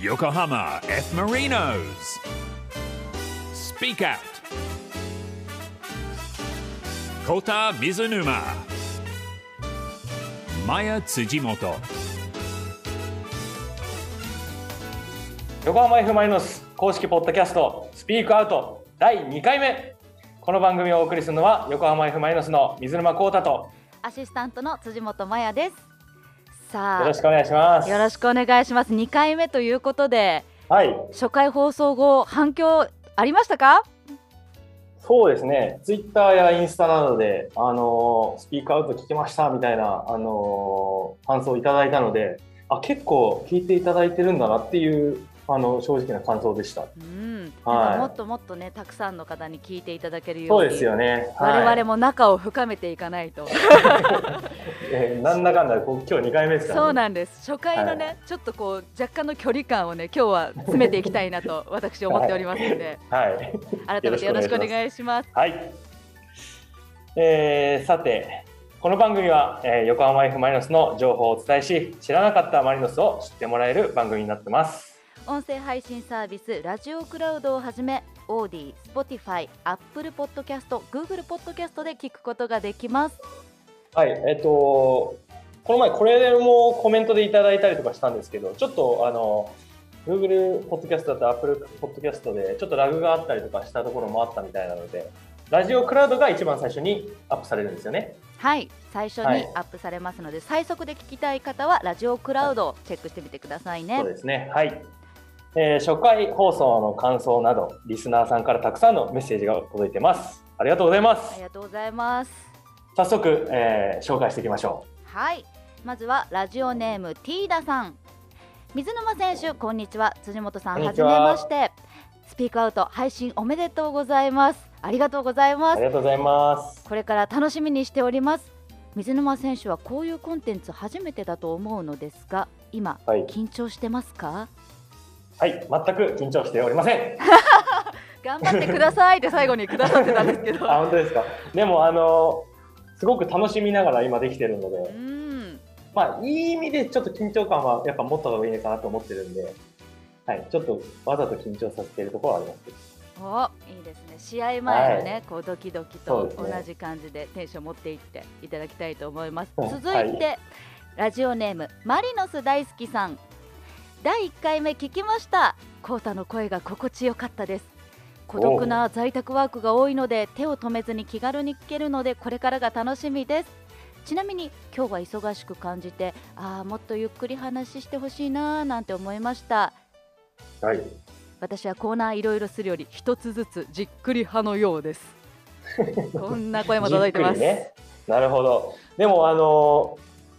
Yokohama F. Marinos. Speak Out. Kota Mizunuma. Maya Tsujimoto. 横浜 F ・マリノス公式ポッドキャストスピークアウト第2回目この番組をお送りするのは横浜 F ・マリノスの水沼孝太とアシスタントの辻本麻也です。さあ、よろしくお願いしますよろしくお願いします。2回目ということで、はい初回放送後、反響ありましたかそうですねツイッターやインスタなどであのースピークアウト聞きましたみたいなあのー感想をいただいたのであ結構聞いていただいてるんだなっていうあの正直な感想でしたうん、なんはいかもっともっとね、たくさんの方に聞いていただけるよそううに、ですよね、はい我々も仲を深めていかないと、えーなんだかんだこう今日2回目ですからね、そうなんです初回のね、ちょっとこう若干の距離感をね今日は詰めていきたいなと私思っておりますので、はい改めてよよろしくおろしくお願願いしますはい、えーさてこの番組は、えー横浜 F ・マリノスの情報をお伝えし知らなかったマリノスを知ってもらえる番組になってます音声配信サービスラジオクラウドをはじめオーディ、スポティファイ、アップルポッドキャスト、グーグルポッドキャストで聞くことができます。はいえっ、とこの前これもコメントでいただいたりとかしたんですけどちょっとあの Google ポッドキャストだと Apple ポッドキャストでちょっとラグがあったりとかしたところもあったみたいなのでラジオクラウドが一番最初にアップされるんですよねはい、最初にはいアップされますので、最速で聞きたい方はラジオクラウドをチェックしてみてくださいね。そうですね。はい。えー初回放送の感想など、リスナーさんからたくさんのメッセージが届いてます。ありがとうございまありす。がとうございます。早速、えー紹介していきましょはい、まずはラジオネームティーダさん。水沼選手、こんにちは。辻本さん、こんはにちじめはまして。スピークアウト配信おめでとうございます。ありがとうございまう。あすり。がとうございます。これから楽しみにしております水沼選手はこういうコンテンツ初めてだと思うのですが今、はい緊張してますかはい、全く緊張しておりません。頑張ってくださいって最後にくださってたんですけ どあ、本当ですか。でも、あのすごく楽しみながら今できてるの うで、んまあ、いい意味でちょっと緊張感はやっぱ持った方がいいのかなと思ってるんで、はい、ちょっとわざと緊張させているところはありますけど。おいいですね試合前のね、はこうドキドキそうとです同ねじ感じでテンション持っていっていただきたいと思います、うん続いて、はラジオネームマリノス大好きさん第1回目聞きましたコータの声が心地よかったです孤独な在宅ワークが多いので手を止めずに気軽に聞けるのでこれからが楽しみですちなみに今日は忙しく感じてああもっとゆっくり話してほしいなーなんて思いましたはい。私はコーナーいろいろするより一つずつじっくり派のようです こんな声も届いてまじす、っくりね、なるほどでもあの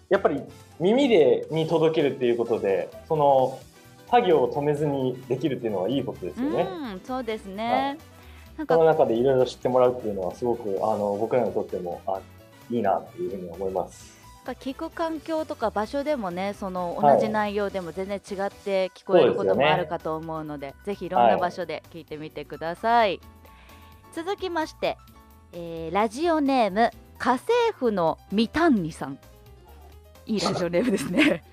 やっぱり耳でに届けるっていうことでその作業を止めずにできるっていうのはいいことですうよね。んそうですはねなそんかの中でいろいろ知ってもらうっていうのはすごくあの僕らにとってもあいいなっていうふうに思います。なんか聞く環境とか場所でもねそのはい同じ内容でも全然違って聞こえることもあるかと思うのでぜひいろんはない場所で聞いてみてください、続きまして、えーラジオネーム家政婦のミタンニさんいいラジオネームですね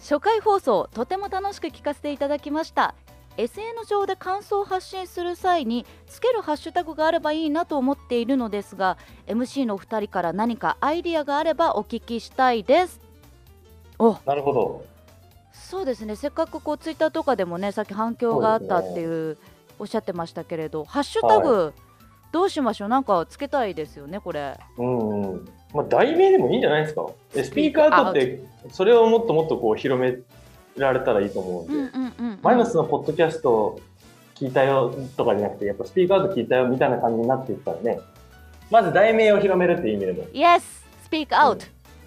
初回放送とても楽しく聞かせていただきました SN 上で感想を発信する際につけるハッシュタグがあればいいなと思っているのですが MC のお二人から何かアイディアがあればお聞きしたいですおなるほど。そうですねせっかくこうツイッターとかでもねさっき反響があったっていうおっしゃってましたけれどハッシュタグ、どうしましょうなんかつけたいですよねこれうんうん。まあ題名でもいいんじゃないですか。えスピーカーとってそれをもっともっとこう広められたらいいと思うんで。うんうんうんマイナスのポッドキャスト聞いたよとかじゃなくて、やっぱスピーカーと聞いたよみたいな感じになっていったらね、まず題名を広めるっていう意味でも、 Yes speak う out ん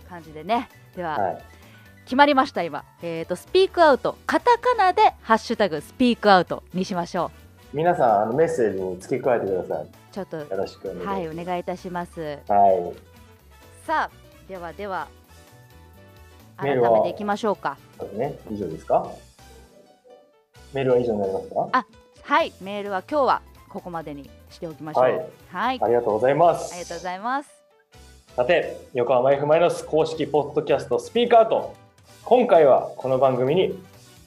感じでねでは、はい、決まりました今えっ、とスピークアウトカタカナでハッシュタグスピークアウトにしましょ皆さんあのメッセージに付け加えてくださうちょっとい。よろしくおは願いいしお願いいたしますます。はさあではではメー改ルはめていきましょうかい。ね、以上ですかメールは以上になりますかあはいメールは今日はここまでにしておきましょうはいはいありがとうございます。ありがとうございます。さて、横浜 F ・マイノス公式ポッドキャストスピーカーと、今回はこの番組に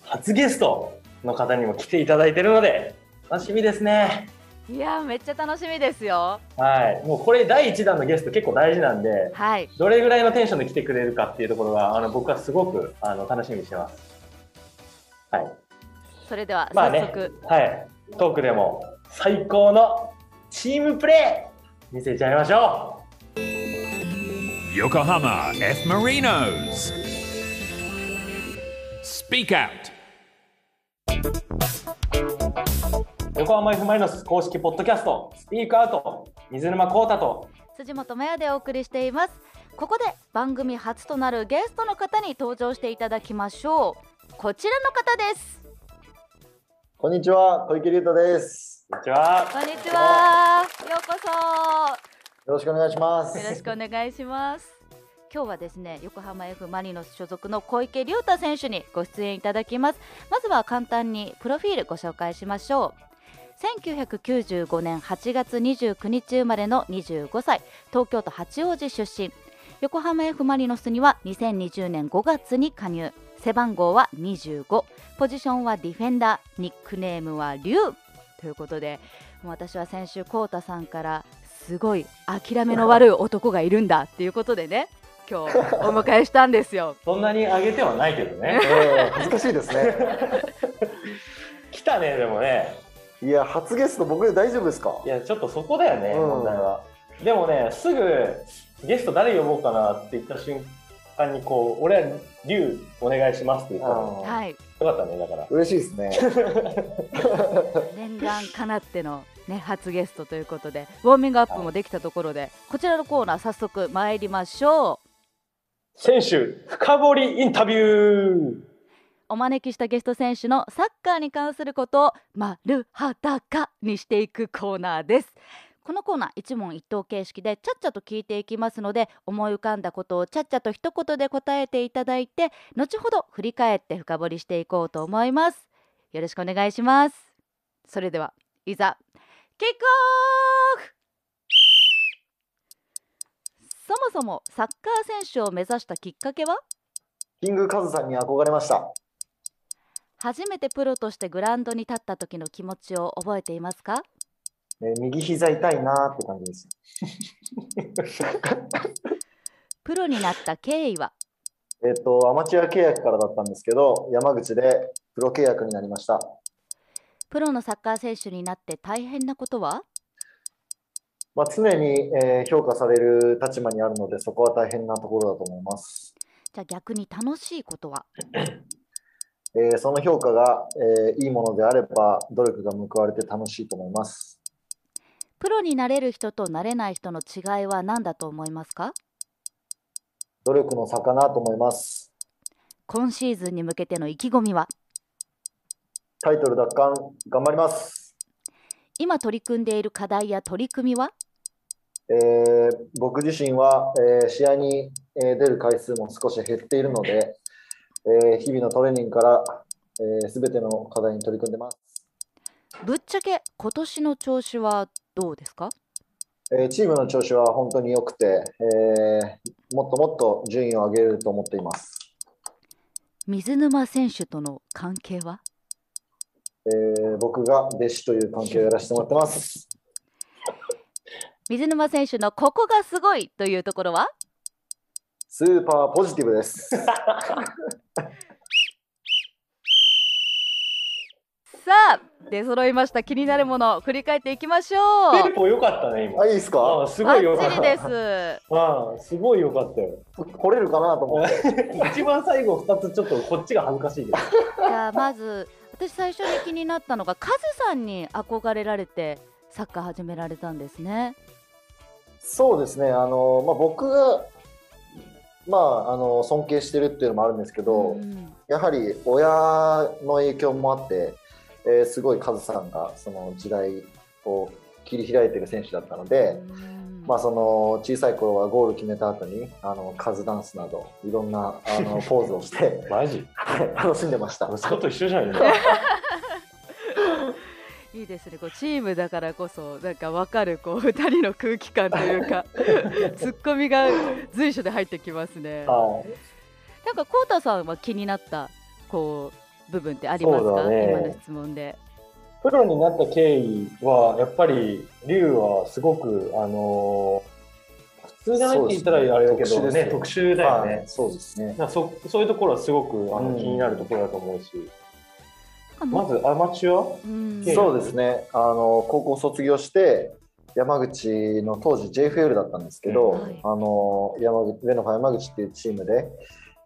初ゲストの方にも来ていただいてるので、楽しみですね。いやーめっちゃ楽しみですよはい。もうこれ第1弾のゲスト結構大事なんで、はいどれぐらいのテンションで来てくれるかっていうところが、あの、僕はすごく、あの、楽しみにしてます。はい。それではまあ早ね速、はい。トークでも最高のチームプレー見せちゃいましょ Yokohama F. Marinos. Speak Out. う横浜 F ・マリノス公式ポッドキャスト、スピークアウト、水沼孝太と、辻本麻也でお送りしていますここで番組初となるゲストの方に登場していただきましょうこちらの方ですこんにちは、小池隆太です。こんにちは。こんにちはようこそよろしくお願いします。よろしくお願いします。今日はですね横浜 F ・マリノス所属の小池龍太選手にご出演いただきますまずは簡単にプロフィールご紹介しましょう1995年8月29日生まれの25歳東京都八王子出身横浜 F ・マリノスには2020年5月に加入背番号は25ポジションはディフェンダーニックネームは龍ということでもう私は先週コウタさんからすごい諦めの悪い男がいるんだっていうことでね今日お迎えしたんですよそんなに上げてはないけどね。えー恥ずかしいですね。来たね、でもね。いや、初ゲスト僕で大丈夫ですかい。や、ちょっとそこだよね、うん問題は。でもね、すぐゲスト誰呼ぼうかなって言った瞬間に、こう、俺は龍お願いしますって言ったの。あーはいよかったね、だから。嬉しいですね。念願かなっての、ね、初ゲストということでウォーミングアップもできたところでこちらのコーナー早速参りましょう選手、深掘りインタビューお招きしたゲスト選手のサッカーに関することを丸裸にしていくコーナーですこのコーナー一問一答形式でちゃっちゃと聞いていきますので思い浮かんだことをちゃっちゃと一言で答えていただいて後ほど振り返って深掘りしていこうと思いますよろしくお願いしますそれではいざキックオフそもそもサッカー選手を目指したきっかけはキングカズさんに憧れました。初めてプロとしてグラウンドに立った時の気持ちを覚えていますかえー右膝痛いなーって感じです。プロになった経緯はえっ、と、アマチュア契約からだったんですけど、山口でプロ契約になりました。プロのサッカー選手になって大変なことはまあ、常に、えー評価される立場にあるので、そこは大変なところだと思います。じゃあ逆に楽しいことはえーその評価が、えーいいものであれば、努力が報われて楽しいと思います。プロになれる人となれない人の違いは何だと思いますか努力の差かなと思います。今シーズンに向けての意気込みはタイトル奪還頑張ります、今取り組んでいる課題や取り組みはえー僕自身は、えー試合に、えー出る回数も少し減っているので、えー日々のトレーニングからすべ、全ての課題に取り組んでます、ぶっちゃけ今年の調子はどうですかえーチームの調子は本当に良くて、えーもっともっと順位を上げると思っています、水沼選手との関係はえー僕が弟子という関係をやらせてもらってます水沼選手のここがすごいというところはスーパーポジティブです さあ出揃いました気になるもの振り返っていきましょテンうポ良かったね、今あ。いいですあかすバごい良ッかチっリた。ですうん、すごい良かったよ。来れるかなと 思って一番最後2つ、ちょっとこっちが恥ずかしいけど。 じゃあまず私最初に気になったのがカズさんに憧れられてサッカー始められたんですねそうですね、あのまあ、僕が、まあ、あの尊敬してるっていうのもあるんですけど、んやはり親の影響もあって、えーすごいカズさんがその時代を切り開いてる選手だったので、うんまあ、その小さい頃はゴール決めた後にあのカズダンスなどいろんなあのポーズをして マジはい楽しんでました。息子と一緒じゃん、今。いいですねこうチームだからこそなんか分かるこう2人 の空気感という かツッコミが随所で入ってきますねはいなんかコウタさんは気になったこう部分ってありますそうか、だね今の質問で。プロになった経緯は、やっぱり、龍はすごく、あのー普通じゃないって言ったらあれだけど、そうですね、ね特殊だよね。はいそうですね。なんかそそういうところはすごくあうんの気になるところだと思うし、あまずアマチュうん、経緯そうですね。あの高校卒業して山口の当時 JFL だったんですけど、うんはいあの山口レノファ山口っていうチームで、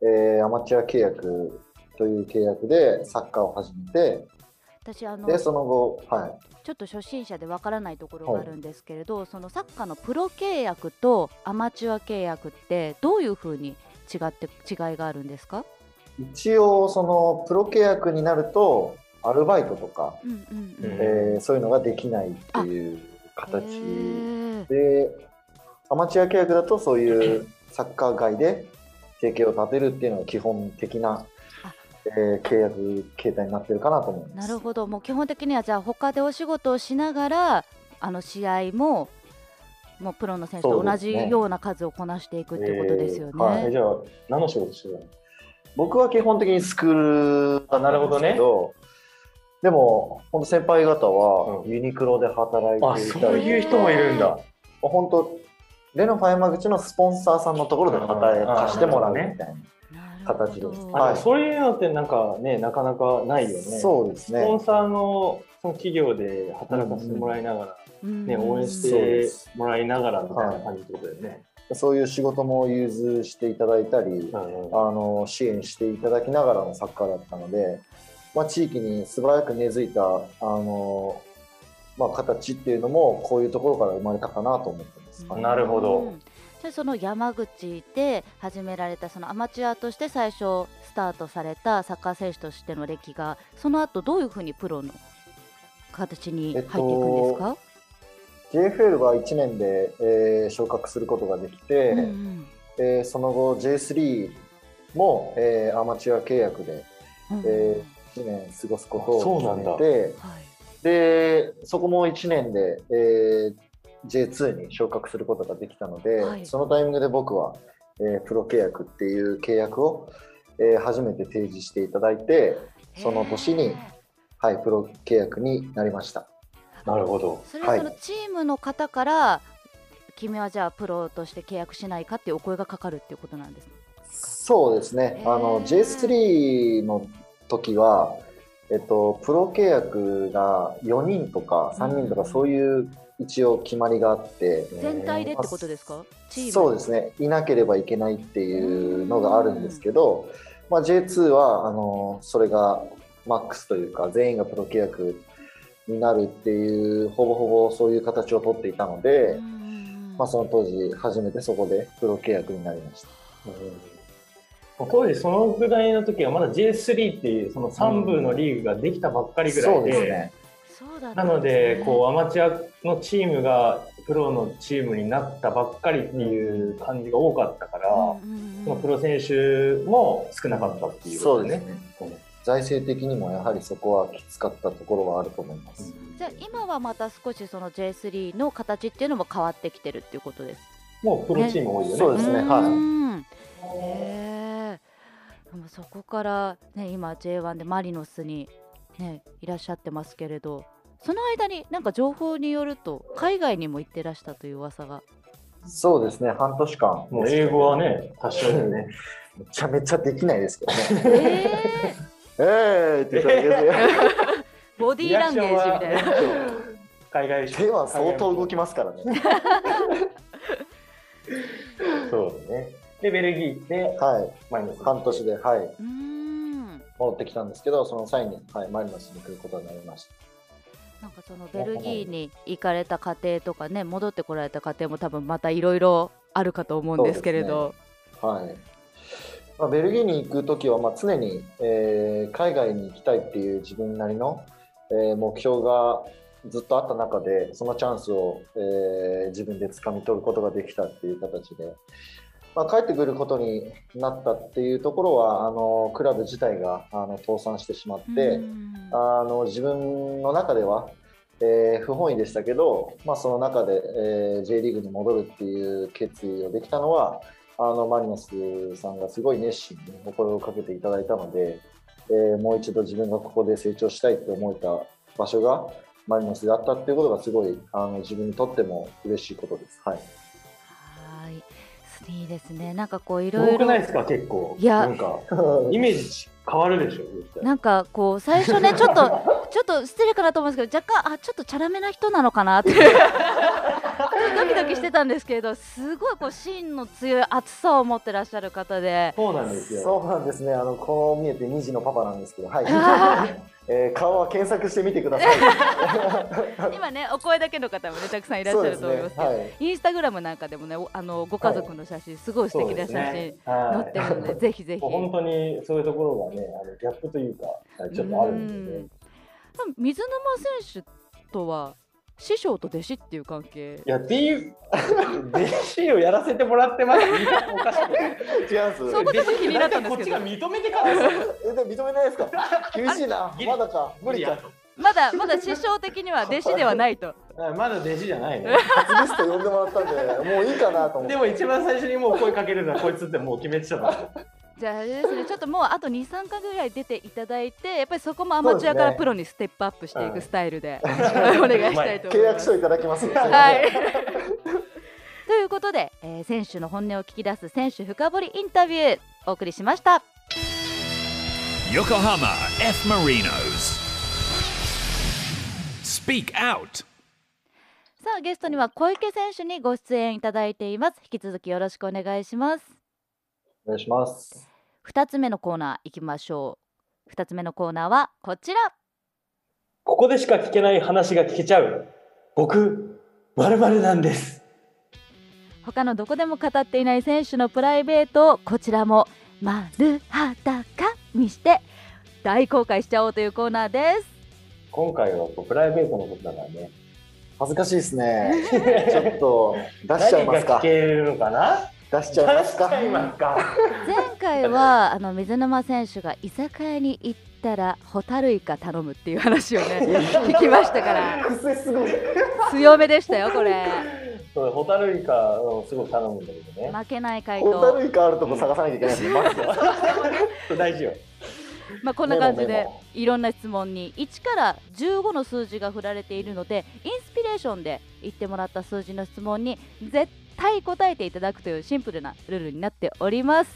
えーアマチュア契約という契約でサッカーを始めて、私あのでその後はいちょっと初心者でわからないところがあるんですけれど、そのサッカーのプロ契約とアマチュア契約ってどういうふうに違って違いがあるんですか？一応そのプロ契約になるとアルバイトとか、うんうんううんん。えーそういうのができないっていう形へーでアマチュア契約だとそういうサッカー外で生計を立てるっていうのが基本的なあ、えー契約形態になってるかなと思いまなす。るほど、もう基本的にはじゃあ他でお仕事をしながらあの試合ももうプロの選手と同じそうですねような数をこなしていくっていうことですよね。えーはア、えじゃあ何の仕事してるの僕は基本的にスクールだったんですけど、でも本当先輩方はうんユニクロで働いていたり、そういう人もいるんだ。本当レノファイマ口のスポンサーさんのところで働いあー貸してもらうみなるたほいな。なるほ形どですあ、はいでもそういうのってなんかね、なかなかないよね。そうですスポねン。サーのその企業で働かせてもらいながら、うんね、応援しそうでてすもらいながらみたいな感じってことだよね。そういう仕事も融通していただいたり、うんあの支援していただきながらのサッカーだったので、まあ、地域に素早く根付いたあの、まあ、形っていうのもこういうところから生まれたかなと思ってます。んなるほどうんじゃあその山口で始められたそのアマチュアとして最初スタートされたサッカー選手としての歴がその後どういうふうにプロの形に入っていくんですか、 JFL は1年で、えー昇格することができて、うんうんえーその後 J3 も、えーアマチュア契約でうんえ1年過ごすことあそうをなんだ決めてはいでそこも1年で、えー J2 に昇格することができたので、はいそのタイミングで僕は、えープロ契約っていう契約を、えー初めて提示していただいて、その年にへーはい、プロ契約になりました。なるほど。それはそのはチームの方から、君はじゃあプロとして契約しないかっていうお声がかかるっていうことなんですね。そうですね、あの J3 の時は、えっと、プロ契約が4人とか3人とか、うんそういう一応決まりがあって。全体でってことですか？チームそうですねいなければいけないっていうのがあるんですけど、まあ、J2 はあのそれがマックスというか全員がプロ契約になるっていうほぼほぼそういう形をとっていたので、うんうんうんまあ、その当時初めてそこでプロ契約になりました。当時そのぐらいの時はまだ J3 っていうその3部のリーグができたばっかりぐらそいうで、ですねそうだっなたんすねのでこうアマチュアのチームがプロのチームになったばっかりっていう感じが多かったから、うんうんうんそのプロ選手も少なかったっていうことそうですね財政的にもやはりそこはきつかったところはあると思います。じゃあ今はまた少しその J3 の形っていうのも変わってきてるっていうことです。もうプロチーム多いよね。そうですねはいい。へえ。でもそこからね今 J1 でマリノスにねいらっしゃってますけれど、その間になんか情報によると海外にも行ってらしたという噂が。そうですね半年間もう英語はね、多少でね。めちゃめちゃできないですけ どね。ええ。えーって言っただけで。ボディーランゲージみたい な。リアクションは。海外手は相当動きますからね。 そうね。で、ベルギー行って、はい、マイナス。半年で、はい、うーん。戻ってきたんですけど、その際に、はい、マリノスに来ることになりました。なんかそのベルギーに行かれた家庭とかね戻ってこられた家庭も多分またいろいろあるかと思うんですけれど。はい。まあ、ベルギーに行くときは、まあ、常に、えー海外に行きたいっていう自分なりの、えー目標がずっとあった中で、そのチャンスを、えー自分で掴み取ることができたっていう形で、まあ、帰ってくることになったっていうところは、あのクラブ自体があの倒産してしまって、うんあの自分の中では、えー不本意でしたけど、まあ、その中で、えー J リーグに戻るっていう決意をできたのはあのマリノスさんがすごい熱心にお声をかけていただいたので、えーもう一度自分がここで成長したいって思えた場所がマリノスであったっていうことがすごいあの自分にとっても嬉しいことです。 はい、はーい。すいいですね。なんかこういすろいごくろ。ないですか、結構。いやなんか、イメージ変わるでしょ、絶対。なんかこう最初ねちょ っとちょっと失礼かなと思うんですけど若干あちょっとチャラめな人なの かなってちょっとドキドキしてたんですけどすごいこう芯の強い熱さを持ってらっしゃる方でそうなんですよ。そうなんですねあのこう見えて2児のパパなんですけど、はいあ えー顔は検索してみてください。今ねお声だけの方もねたくさんいらっしそうゃでると思いますけどはいインスタグラムなんかでもねおあのご家族の写真、すごい素敵な写そう真載はってい。るので、ぜひぜひ。もう本当にそういうところがね、あのギャップというか、ちょっとあるんでうすねん。水沼選手とは師匠と弟子っていう関係いや、っていう、 弟子をやらせてもらって ます。おかしくない違うんですそうこちょっと気になったんですけどだってこっちが認めてからですよ。えでも認めないですか厳しいなギリまだか無理かまだまだ師匠的には弟子ではないとあまだ弟子じゃないね。初ゲスト呼んでもらったんでもういいかなと思ってでも一番最初にもう声かけるのはこいつってもう決めてたから。じゃああれですねちょっともうあと23回ぐらい出ていただいてやっぱりそこもアマチュアからプロにステップアップしていくスタイルで、お願いしたいと思契いま約す書いただきますはい。という ことで、えー選手の本音を聞き出す選手深掘りインタビューお送りしました。 Yokohama F. Marinos. Speak Out. さあゲストには小池選手にご出演いただいています。引き続きよろしくお願いします。お願いします二つ目のコーナー行きましょう。二つ目のコーナーはこちら。ここでしか聞けない話が聞けちゃう。僕、まるなんです。他のどこでも語っていない選手のプライベートをこちらも丸裸にして大公開しちゃおうというコーナーです。今回はこうプライベートのことだから ね。恥ずかしいですねちょっと出しちゃいま何がすか聞けるのかな出しちゃいますか出しちゃいますか。 前回はあの水沼選手が居酒屋に行ったらホタルイカ頼むっていう話を ね聞きましたから癖すごい強めでしたよこれそう、ホタルイカをすごく頼むんだけどね。負けない回ホタ答ルイカあるとこ探さなきゃいけないんでまずは大事よ。まあこんな感じメでモメモいろんな質問に1から15の数字が振られているのでインスピレーションで言ってもらった数字の質問に絶対答えていただくというシンプルなルールになっております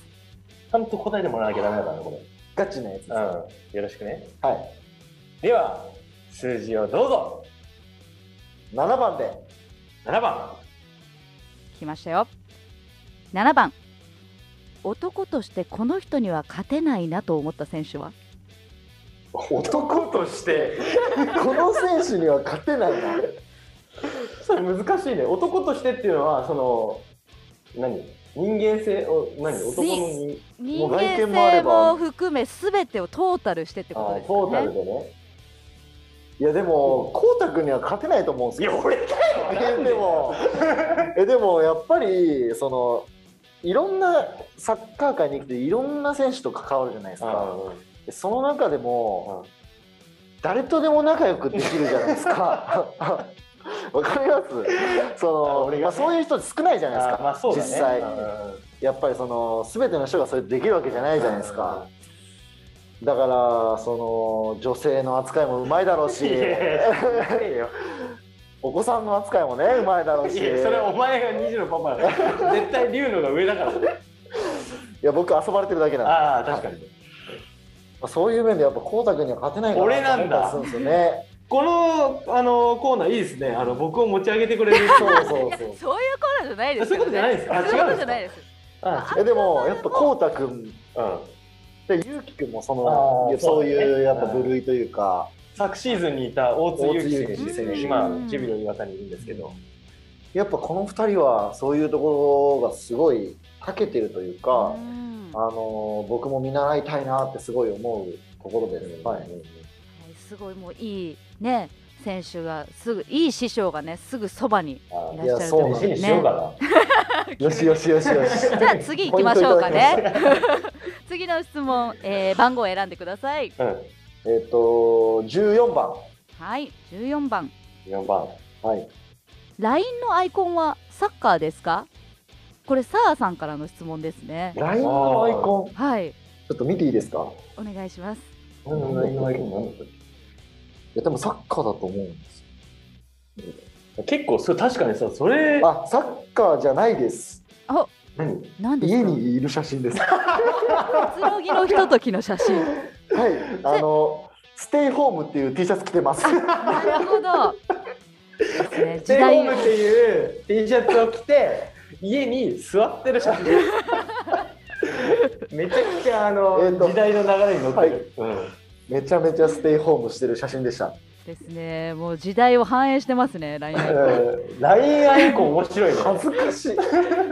ちゃんと答えてもらわなきゃダメだからね、こガチなやつですれ。うん。よろしくね。はいでは、数字をどうぞ。 7番で7番。来ましたよ7番男としてこの人には勝てないなと思った選手は男として。この選手には勝てないなそれ難しいね。男としてっていうのは、その、何人間性を、何男の人人もう間外見もあれ性ばも含め全てをトータルしてってことあですトータかルねでね。いやでもこうたくんには勝てないと思うんですいよや、俺だよなえんででも えでもやっぱりそのいろんなサッカー界に生きていろんな選手と関わるじゃないですか、でその中でも、誰とでも仲良くできるじゃないで すかわかりますあそ俺の、がまあ、そういう人少ないじゃないですあか、まあそうだね。実際うんやっぱりその全ての人がそれできるわけじゃないじゃないですか、だからその女性の扱いもうまいだろうしいやいやいや お子さんの扱いもねうまいだろうしいやそれはお前が2児のパパだから絶対龍のが上だからねいや僕遊ばれてるだけなんでああ確かにまあそういう面でやっぱ光太君には勝てないかな俺なんだと思ったりするんですよね。このあのコーナーいいですねあの僕を持ち上げてくれる そうそうそう。そういうコーナーじゃないですからねそういうことじゃないですかあそうい違うこうとんですかじゃないですあ えでもやっぱ光太君うんでゆうき君もそあーのいやそうそうだいうねやっぱ部類というか、昨シーズンにいた大津祐樹大津選手祐樹選手今ジュビロ磐田にいるんですけどやっぱこの二人はそういうところがすごい長けてるというか、うんあの僕も見習いたいなってすごい思うところです。はい。はいすごいもういいね選手がすぐいい師匠がねすぐそばにいらっしゃるってそうこなんとで弟子にですしよねうかな よしよしよしよし。じゃあ 次行きましょうかね 次の質問、えー番号を選んでくださいうんえっと十四番。はい14番4番はい。 LINE のアイコンはサッカーですかこれサーさんからの質問ですねラインのアイコンはいちょっと見ていいですか。お願いします何の内容がいいの何だったっや、でもサッカーだと思うんですけ結構それ確かにさそれよ。あ、サッカーじゃないです。何何ですか家にいる写真です。くつろぎのひとときの写真 はい、あの、ステイホームっていう T シャツ着てます。なるほどですねス時テイホー代ムっていう T シャツを着て 家に座ってる写真めちゃくちゃあの、えーと時代の流れに乗ってる、めちゃめちゃステイホームしてる写真でした。ですねもう時代を反映してますね LINE アイコンうん、LINE アイコン面白いね恥ずかしい。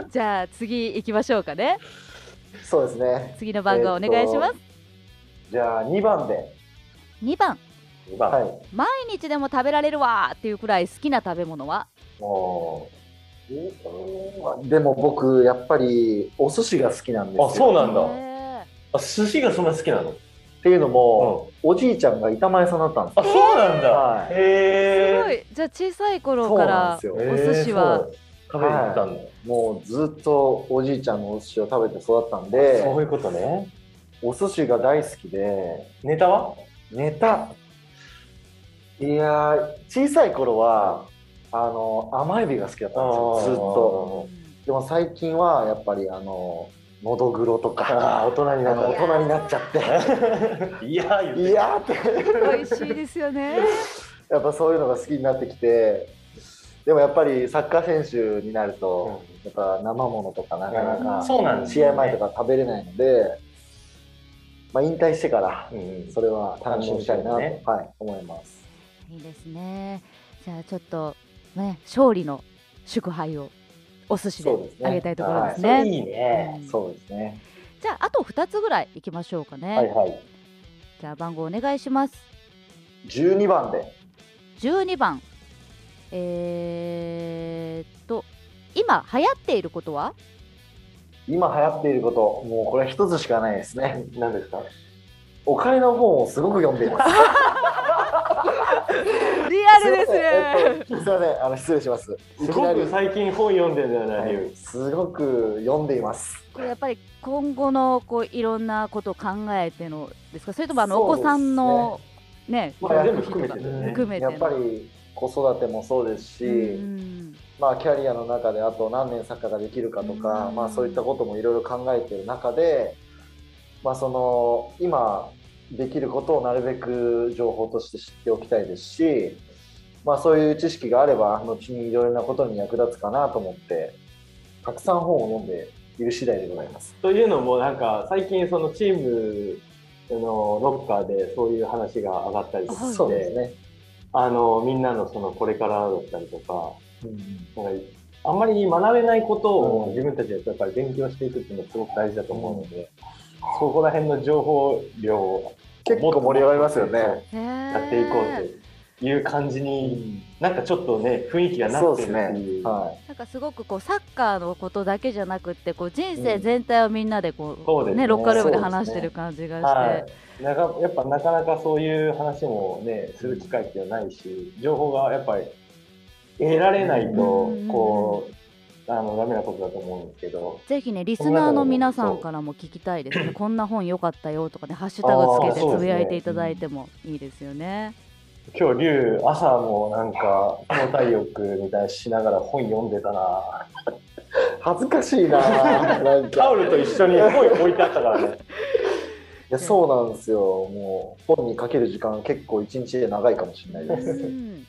じゃあ次行きましょうかねそうですね。次の番号お願いします、じゃあ、2番で。 2番2番、はい。毎日でも食べられるわーっていうくらい好きな食べ物はもううんでも僕やっぱりお寿司が好きなんですよあそうなんだへあ寿司がそんな好きなのっていうのも、おじいちゃんが板前さんだったんですあそうなんだはいへーえすごいじゃあ小さい頃そうかなんらですよお寿司は食べに行ったんだ、もうずっとおじいちゃんのお寿司を食べて育ったんでそういうことねお寿司が大好きでネタはネタいやー小さい頃はあの甘エビが好きだったんですよあーずっとでも最近はやっぱりあののどぐろとああか大人になあのっ大人になっちゃってたいやー 言っていやーって美味しいですよ ねやっぱそういうのが好きになってきてでもやっぱりサッカー選手になると、やっぱ生ものとかなかなうんかそうなんです試よね合前とか食べれないので、まあ、引退してからうんそれは楽しみたいなと、楽しみですねはい、思いますいいですねじゃあちょっとね勝利の祝杯をお寿司でそうですねあげたいところですそれねいいねうんそうですねじゃああと2つぐらい行きましょうかね、はいはいじゃあ番号お願いします12番で12番えー、っと今流行っていることは今流行っていることもうこれは一つしかないですね何ですかお金の本をすごく読んでいますリアルですえ ねっとすいませんあの失礼しますいすきごなりく最近本読んでるじゃない、はいすごく読んでいますこれやっぱり今後のこういろんなことを考えてのですかそれともあのおそ子うですねさんのねまあ全部含めてだよね含めてやのっぱり子育てもそうですし、うんまあ、キャリアの中であと何年サッカーができるかとか、うんまあ、そういったこともいろいろ考えてる中で、まあ、その今できることをなるべく情報として知っておきたいですし、まあ、そういう知識があれば後にいろいろなことに役立つかなと思ってたくさん本を読んでいる次第でございます。というのもなんか最近そのチームのロッカーでそういう話が上がったりとかはいしそうですてね、あのみんなのそのこれからだったりとかうんなんかあんまり学べないことうんを自分たちでやっぱり勉強していくっていうのはすごく大事だと思うので、そこら辺の情報量を結構盛り上がりますよね。へーやっていこうという感じに、なんかちょっとね雰囲気がなそうってでるってすねいう。はいなんかすごくこうサッカーのことだけじゃなくってこう人生全体をみんなでこそうう、ですねねロッカールームで話してる感じがして、はい、なかやっぱなかなかそういう話もねする機会っていうのはないし情報がやっぱり得られないとうんこうあのダメなことだと思うんですけどぜひねリスナーの皆さんからも聞きたいですねこんな本良かったよとかねハッシュタグつけあーそうてですねつぶやいていただいてもいいですよね。今日龍朝もなんか交代浴みたいなしながら本読んでたな 恥ずかしいななんかタオルと一緒に本置いてあったからねいやそうなんですよ、もう本にかける時間、結構一日で長いかもしれないです。うん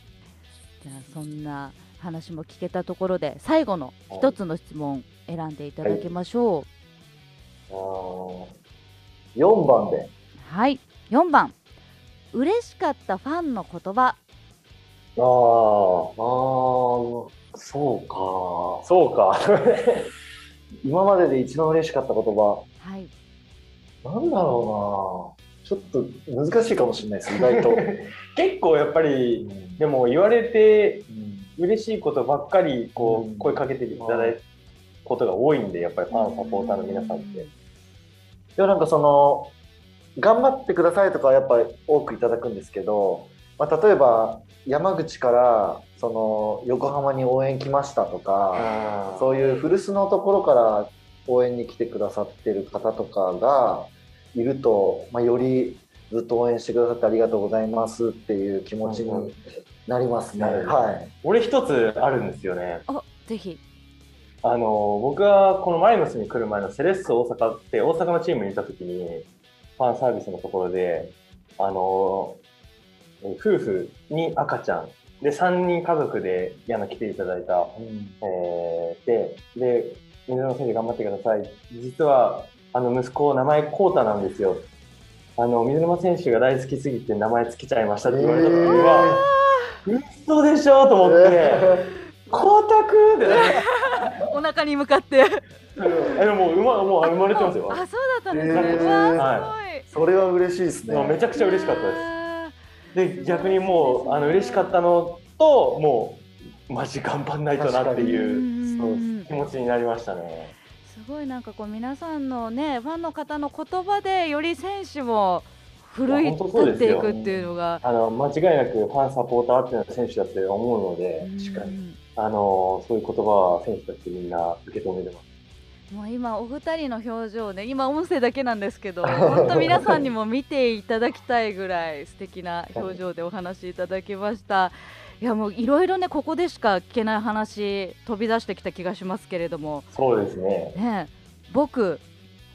じゃあそんな話も聞けたところで最後の一つの質問選んでいただきましょ あー4番で、う。はい、4番嬉しかったファンの言葉あーあーそうかそうか 今までで一番嬉しかった言葉、はいなんだろうな、ちょっと難しいかもしれないです、意外と。結構やっぱりでも言われて嬉しいことばっかりこうんう声かけていただいたことが多いんでやっぱりファンサポーターの皆さんってでもなんかその、頑張ってくださいとかはやっぱり多くいただくんですけど、まあ、例えば山口からその横浜に応援来ましたとか。そうそういう古巣のところから応援に来てくださってる方とかがいると、まあ、よりずっと応援してくださってありがとうございますっていう気持ちになりますね。なるほどはい。俺一つあるんですよね。あぜひあの、僕はこのマリノスに来る前のセレッソ大阪って大阪のチームにいた時に、ファンサービスのところで、あの、夫婦に赤ちゃん、で、3人家族で矢野来ていただいたえーで、で、水野先生頑張ってください。実は、あの、息子、名前、コータなんですよ。あの、水沼選手が大好きすぎて名前つけちゃいましたって言われた時は、嘘でしょと思って、 コータくんってなってお腹に向かってえ、でももう、うま、もう生まれてますよあ。そうだったんですね、えーうわそれは嬉しいですね。もうめちゃくすごいちゃ嬉しかったです。で、逆にもう、あの、嬉しかったのと、もう、マジ頑張んないとなってていうう気持ちになりましたね。すごいなんかこう皆さんのねファンの方の言葉でより選手も奮いいや本当そう立でっすていよくっていうのがあの、間違いなくファンサポーターっていうのは選手だって思うので、うんあのそういう言葉は選手たちみんな受け止めてます。もう今お二人の表情ね今音声だけなんですけ ど本当皆さんにも見ていただきたいぐらい素敵な表情でお話しいただきましたいやもういろいろねここでしか聞けない話飛び出してきた気がしますけれどもそうですね。ねえ僕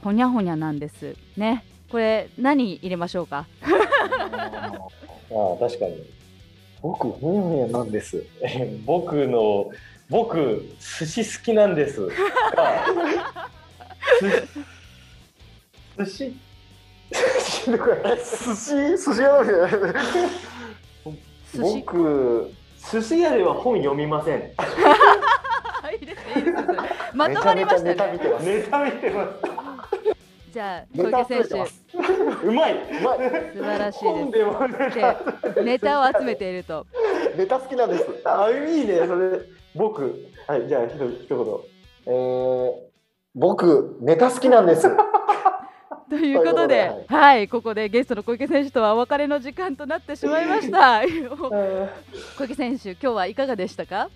ほにゃほにゃなんですねこれ何入れましょうかああ確かに。僕ほやほやなんです。え 僕の僕寿司好きなんです。が寿司寿司寿司寿司寿司屋なんで僕寿司屋では本読みません。あいいですねいいですねまめとちまゃりめまちゃしたネタ見ねてます。ネタ見てます。じゃあ小ネタ池集めて選ま手す。うまい。うまい。素晴らしい本でもネですタ。でネタを集めているとネタ好きなんです。あいいねそれ。僕はいじゃあひと一言。えー、僕ネタ好きなん です。ということで、ということはい、ここでゲストの小池選手とはお別れの時間となってしまいました。 小池選手、今日はいかがでしたか。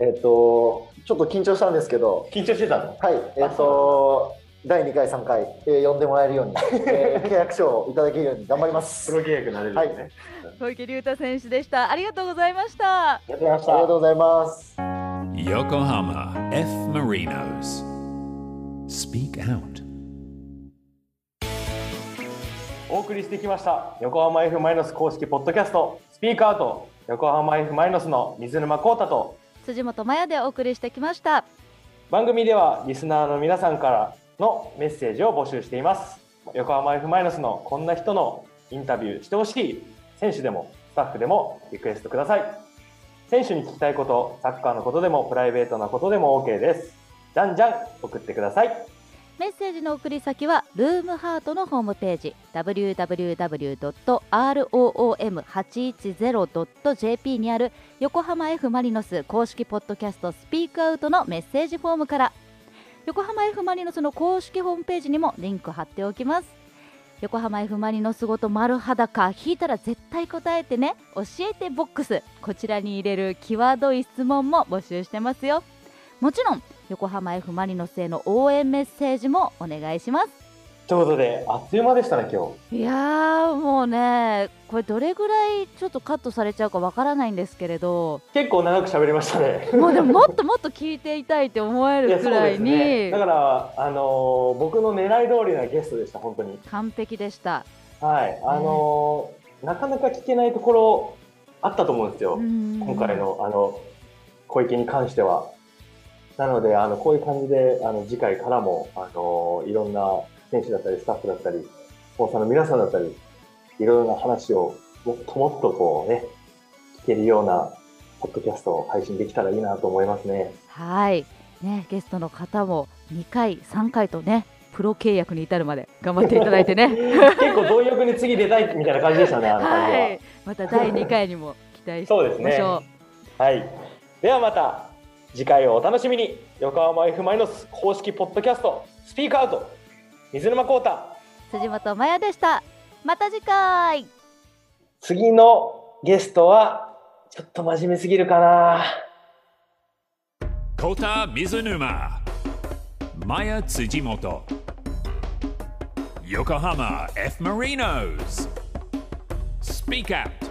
えっとちょっと緊張したんですけど、緊張してたの。はい。えっと第2回3回、えー呼んでもらえるように、えー契約書をいただけるように頑張り ます。プありロ契約になれるよね。小池龍太選手でした。ありがとうございました。ありがとうございましがとうございます。 Yokohama F. Marinos. Speak out. お送りしてきました横浜 F マイナス公式ポッドキャストスピークアウト横浜 F マイナスの水沼孝太と辻本麻也でお送りしてきました。番組ではリスナーの皆さんからのメッセージを募集しています横浜 F マイナスのこんな人のインタビューしてほしい選手でもスタッフでもリクエストください選手に聞きたいことサッカーのことでもプライベートなことでも OK ですじゃんじゃん送ってくださいメッセージの送り先はルームハートのホームページ www.room810.jp にある横浜 F ・マリノス公式ポッドキャストスピークアウトのメッセージフォームから横浜 F ・マリノスの公式ホームページにもリンク貼っておきます横浜 F ・マリノスごと丸裸引いたら絶対答えてね教えてボックスこちらに入れる際どい質問も募集してますよもちろん横浜 F ・マリノスへの応援メッセージもお願いしますということであっという間でしたね今日いやーもうねこれどれぐらいちょっとカットされちゃうかわからないんですけれど結構長く喋りましたねもうでももっともっと聞いていたいって思えいやるそくうらでいすに、ね、だから、あのー僕の狙い通りなゲストでした、本当に。完璧でしたはい、あのーなかなか聞けないところあったと思うんですよ、今今回のあの小池に関しては。なので、あのこういう感じであの次回からも、あのーいろんな選手だったり、スタッフだったり、スポンサーの皆さんだったり、いろいろな話をもっともっとこうね、聞けるようなポッドキャストを配信できたらいいなと思いますね。はいねゲストの方も2回3回とねプロ契約に至るまで頑張っていただい てね結構貪欲に次出たいみたいな感じでしたね、あの感じは。はいまた第2回にも期待してそうでいすきまねしょう。はい。ではまた次回をお楽しみに。横浜 F マイノス公式ポッドキャストスピークアウト水沼孝太辻本麻也でしたまた次回次のゲストはちょっと真面目すぎるかな。 Kota Mizunuma. Maya Tsujimoto. Yokohama F. Marinos. Speak Out.